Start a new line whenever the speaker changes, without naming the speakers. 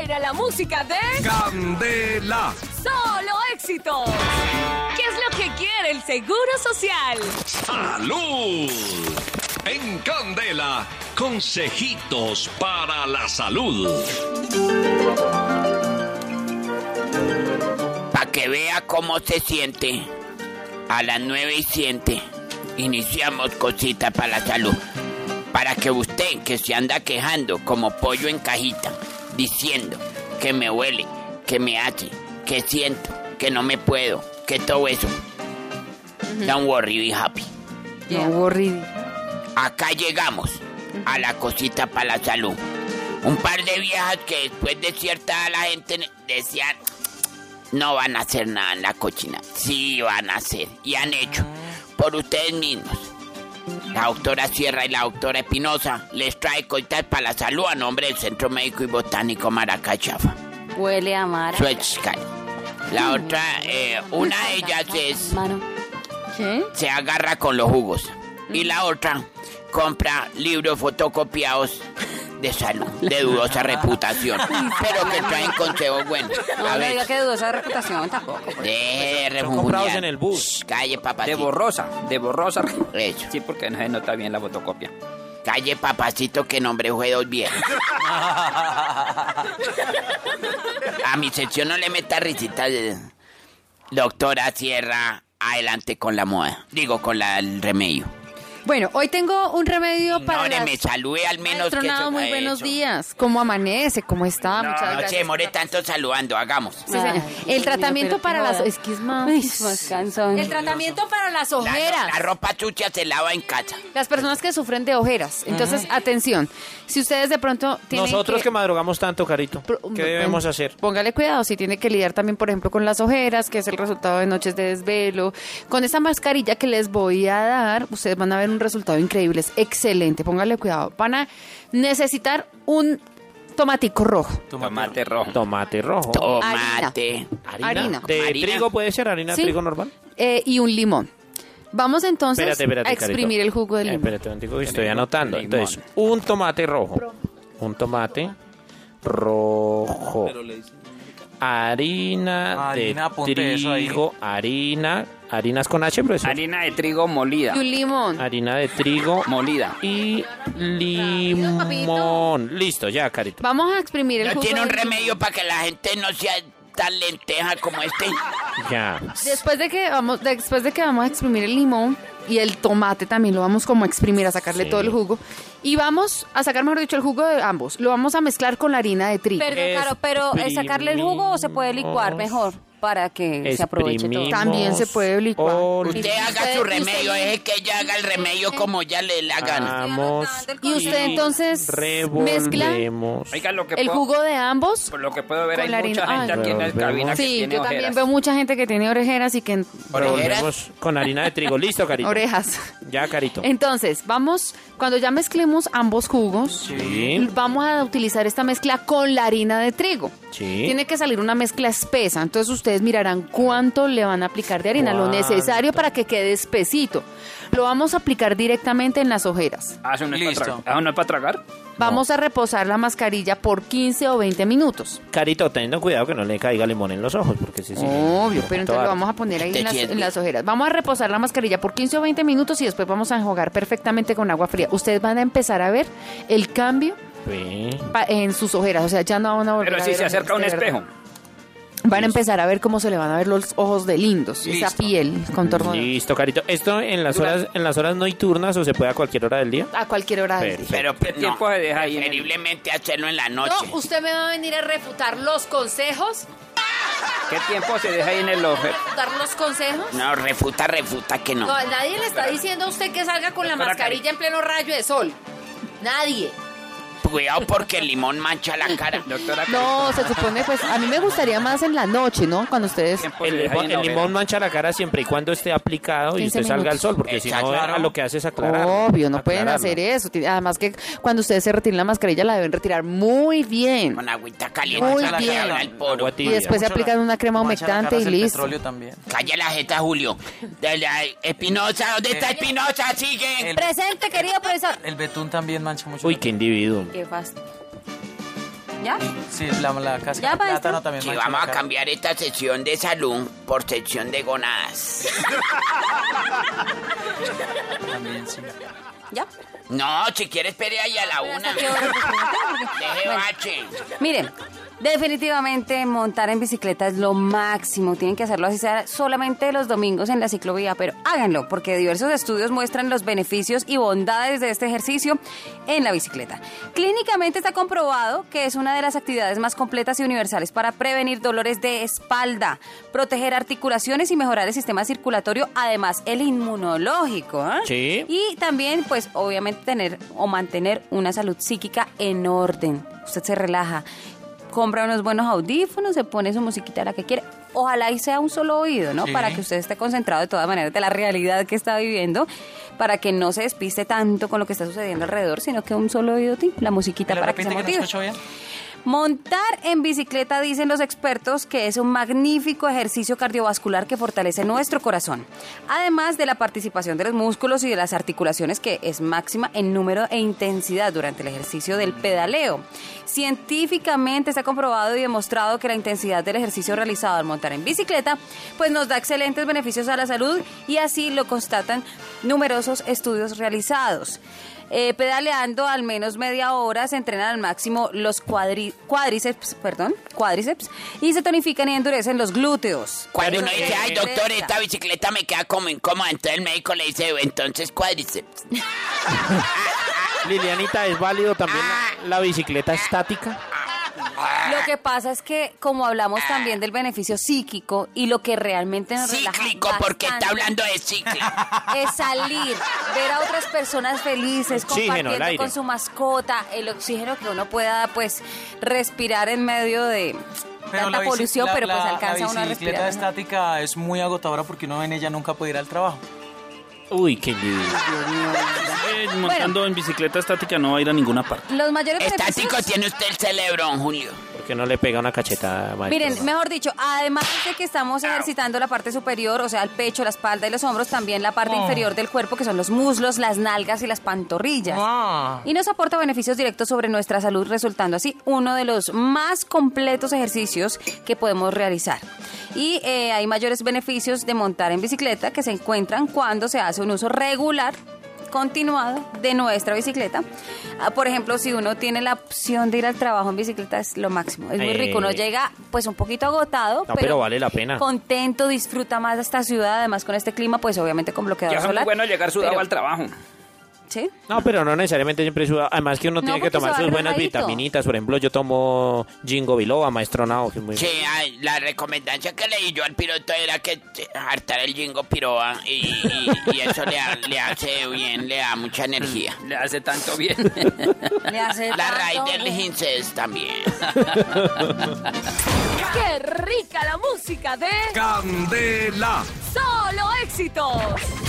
era la música de
Candela.
Solo Éxito. ¿Qué es lo que quiere el Seguro Social?
Salud. En Candela, consejitos para la salud.
Para que vea cómo se siente. A las 9 y 7 iniciamos cositas para la salud. Para que usted que se anda quejando como pollo en cajita, diciendo que me huele, que me hace, que siento, que no me puedo, que todo eso. Don't worry, be happy.
Yeah.
Acá llegamos a la cosita para la salud. Un par de viejas que después de cierta edad la gente decían no van a hacer nada en la cochina. Sí van a hacer y han hecho por ustedes mismos. La doctora Sierra y la doctora Espinosa les trae cositas para la salud a nombre del Centro Médico y Botánico Maracachafa.
Huele a mara.
Suezcal. La otra, eh, una de ellas es
Mano. ¿Qué?
se agarra con los jugos. Y la otra compra libros fotocopiados de salud, de dudosa reputación, pero que traen consejos buenos. A
No me diga
ver,
que dudosa reputación tampoco. pues.
deje de
Son comprados
refunfuñar.
en el bus.
Shh, Calle
De
papacito.
borrosa, de borrosa.
Eso.
Sí, porque no se nota bien la fotocopia.
Calle papacito que nombre juegos bien. A mi sección no le meta risitas. eh. Doctora Sierra, adelante con la moda. Digo, con la, el remedio.
Bueno, hoy tengo un remedio para
Ignore,
las-
me salude al menos
Maestro
que
Nado,
eso-
muy
eso.
buenos días. ¿Cómo amanece? ¿Cómo está?
No,
Muchas
no se
gracias.
demore Ah, tanto saludando, hagamos.
Sí, señor.
Ay, Dios
el
mío,
tratamiento
pero
para
qué
las...
joda.
Es que es más...
Ay, es más cansón.
El tratamiento para las
La,
ojeras.
la ropa sucia se lava en casa.
Las personas que sufren de ojeras. Entonces, atención. Si ustedes de pronto tienen
Nosotros que... madrugamos tanto, Carito.
Pro-
¿Qué debemos hacer?
Póngale cuidado si tiene que lidiar también, por ejemplo, con las ojeras, que es el resultado de noches de desvelo. Con esta mascarilla que les voy a dar, ustedes van a ver un resultado increíble. Es excelente. Póngale cuidado. Van a necesitar un tomatico rojo.
Tomate rojo. Tomate rojo.
Oh, Tomate.
Harina. Harina.
¿De
Harina.
trigo puede ser? ¿Harina de
Sí.
trigo normal?
Eh, y un limón. Vamos entonces
Espérate, espérate,
a exprimir
Carito.
el jugo de
Eh,
limón.
espérate, un tico que estoy anotando.
Limón.
Entonces, un tomate rojo. Un tomate rojo. Harina,
Harina,
de
apunte eso ahí.
trigo, harina, harinas con H, profesor.
Harina de trigo molida.
y un limón.
Harina de trigo
Molida.
y limón. Listo, ya, carito.
Vamos a exprimir el
¿No
jugo
tiene un
de limón.
remedio para que la gente no sea tan lenteja como este?
Ya.
Después de que vamos, después de que vamos a exprimir el limón y el tomate también lo vamos como a exprimir, a sacarle
Sí.
todo el jugo. Y vamos a sacar, mejor dicho, el jugo de ambos. Lo vamos a mezclar con la harina de trigo.
Perdón, claro, pero ¿es sacarle el jugo o se puede licuar
Exprimimos.
mejor para que se aproveche todo.
Exprimimos
También se puede licuar.
o
Usted haga su remedio, es que ella haga el
Eh.
remedio como ya le la
Ah,
gana.
Vamos.
Y usted entonces mezcla
revolvemos.
Oiga, lo que
el
puedo,
jugo de ambos.
por lo que puedo ver,
con
hay
la
mucha
harina.
gente
Ay.
aquí en la
Revolvemos.
cabina que
Sí,
tiene
yo también
ojeras.
veo mucha gente que tiene orejeras y que
Revolvemos con harina de trigo. Listo, carito.
orejas.
Ya, carito.
Entonces, vamos, cuando ya mezclemos ambos jugos,
Sí.
vamos a utilizar esta mezcla con la harina de trigo.
Sí.
Tiene que salir una mezcla espesa. Entonces ustedes mirarán cuánto le van a aplicar de harina, lo
¿Cuánto?
necesario para que quede espesito. Lo vamos a aplicar directamente en las ojeras.
Ah, ¿eso no es para
Listo.
tragar? ¿Ah, no es para tragar?
Vamos a reposar la mascarilla por 15 o 20 minutos.
Carito, teniendo cuidado que no le caiga limón en los ojos, porque si sí,
Obvio, pero entonces lo vamos a poner ahí
Te
en las,
sientes.
en las ojeras. Vamos a reposar la mascarilla por 15 o 20 minutos y después vamos a enjuagar perfectamente con agua fría. Ustedes van a empezar a ver el cambio pa- en sus ojeras, o sea, ya no van a volver
Pero
a
si
ver
se acerca a un
ojeras, de verdad.
espejo.
Van a empezar a ver cómo se le van a ver los ojos de lindos, esa
Listo.
piel, el contorno. de-
Listo, carito. Esto en las horas en las horas nocturnas o se puede a cualquier hora del día.
A cualquier hora del día.
Perfecto.
Pero pues,
¿Qué
no,
tiempo se deja ahí en el-
preferiblemente hacerlo en la noche.
No, usted me va a venir a refutar los consejos,
¿Qué tiempo se deja ahí en el ojo?
refutar los consejos.
No, refuta, refuta que no.
No, nadie le está diciendo a usted que salga con la
Espera,
mascarilla en pleno rayo de sol. Nadie.
Cuidado porque el limón mancha la cara.
Doctora, ¿qué
No, se supone pues a mí me gustaría más en la noche, ¿no? Cuando ustedes
tiempo se
El,
deja ahí
limón-
en la
el limón
ojera?
mancha la cara siempre y cuando esté aplicado y
15
usted salga al
minutos.
sol, porque si no,
Exacto.
a lo que hace es aclarar.
Obvio, no pueden
aclararlo.
hacer eso. Tiene- Además que cuando ustedes se retiren la mascarilla la deben retirar muy bien.
Con agüita caliente.
Muy
saca
bien.
al poro.
Agua
Y
tibia.
después se Pues aplican una crema humectante y listo.
Calla la jeta, Julio. De la- Espinosa, ¿dónde está Espinosa? Sigue.
Presente, querido profesor.
El betún también mancha mucho.
Uy, qué individuo.
Qué fastidio. ¿Ya?
Sí, la, la
Ya,
cáscara de
maestro.
plátano también.
Que
mancha
vamos
la
a
cara.
cambiar esta sección de salud por sección de gonadas.
También, sí.
¿Ya?
No, si quieres pere ahí a la
Pero
una.
hasta qué hora, porque-
Deje
Bueno.
bache.
Miren, definitivamente montar en bicicleta es lo máximo. Tienen que hacerlo así sea solamente los domingos en la ciclovía, pero háganlo porque diversos estudios muestran los beneficios y bondades de este ejercicio en la bicicleta. Clínicamente está comprobado que es una de las actividades más completas y universales para prevenir dolores de espalda, proteger articulaciones y mejorar el sistema circulatorio, además el inmunológico. ¿eh?
Sí.
Y también, pues, obviamente tener o mantener una salud psíquica en orden. Usted se relaja, compra unos buenos audífonos, se pone su musiquita la que quiere. Ojalá y sea un solo oído, ¿no?
Sí.
Para que usted esté concentrado de todas maneras de la realidad que está viviendo, para que no se despiste tanto con lo que está sucediendo alrededor, sino que un solo oído, tin, la musiquita
¿Me lo
para que se
repite que no
motive.
escucho bien?
Montar en bicicleta, dicen los expertos, que es un magnífico ejercicio cardiovascular que fortalece nuestro corazón. Además de la participación de los músculos y de las articulaciones, que es máxima en número e intensidad durante el ejercicio del pedaleo. Científicamente está comprobado y demostrado que la intensidad del ejercicio realizado al montar en bicicleta, pues nos da excelentes beneficios a la salud y así lo constatan numerosos estudios realizados. Eh, pedaleando al menos media hora se entrenan al máximo los cuadri- cuádriceps, perdón, cuádriceps y se tonifican y endurecen los glúteos.
Cuando uno
Eso
dice,
es
ay doctor,
bicicleta.
esta bicicleta me queda como incómoda, entonces el médico le dice, entonces cuádriceps.
Lilianita, ¿es válido también
Ah.
la, la bicicleta estática?
Lo que pasa es que como hablamos también del beneficio psíquico y lo que realmente nos relaja
Cíclico, porque está
bastante
hablando de cíclico.
es salir, ver a otras personas felices,
Oxígeno, el
compartiendo
aire.
con su mascota, el oxígeno que uno pueda pues respirar en medio de tanta
bici-
polución,
la-
pero pues
la-
alcanza uno a
La bicicleta
respirar. ¿no?
estática es muy agotadora porque uno en ella nunca puede ir al trabajo.
Uy, qué lindo.
Eh, montando en bicicleta estática no va a ir a ninguna parte.
Los mayores beneficios-
Estático tiene usted el cerebro, Julio.
¿Por qué no le pega una cachetada, maestro?
Miren, mejor dicho, además de que estamos ejercitando la parte superior, o sea, el pecho, la espalda y los hombros, también la parte inferior del cuerpo, que son los muslos, las nalgas y las pantorrillas.
Ah.
Y nos aporta beneficios directos sobre nuestra salud, resultando así uno de los más completos ejercicios que podemos realizar. Y eh, hay mayores beneficios de montar en bicicleta que se encuentran cuando se hace un uso regular continuado de nuestra bicicleta. Ah, Por ejemplo, si uno tiene la opción de ir al trabajo en bicicleta es lo máximo, es muy rico, uno
Eh.
llega pues un poquito agotado,
No, pero vale la pena.
Contento, disfruta más de esta ciudad, además con este clima pues obviamente con bloqueador
Ya es muy
solar.
bueno llegar sudado
pero-
al trabajo.
Sí.
No, pero no necesariamente siempre suda. Además que uno
No,
tiene que
porque
tomar
se va
sus buenas
relajadito.
vitaminitas. Por ejemplo, yo tomo Jingo Biloba, maestro Nao, que es muy
Sí, ay, la recomendación que leí yo al piloto era que eh, hartara el jingo piroa y, y- y eso le, ha- le hace bien, le da mucha energía.
Le hace tanto bien.
Le hace
La
tanto
raíz del
bien.
ginsés también.
¡Qué rica la música de
Candela.
Solo Éxitos!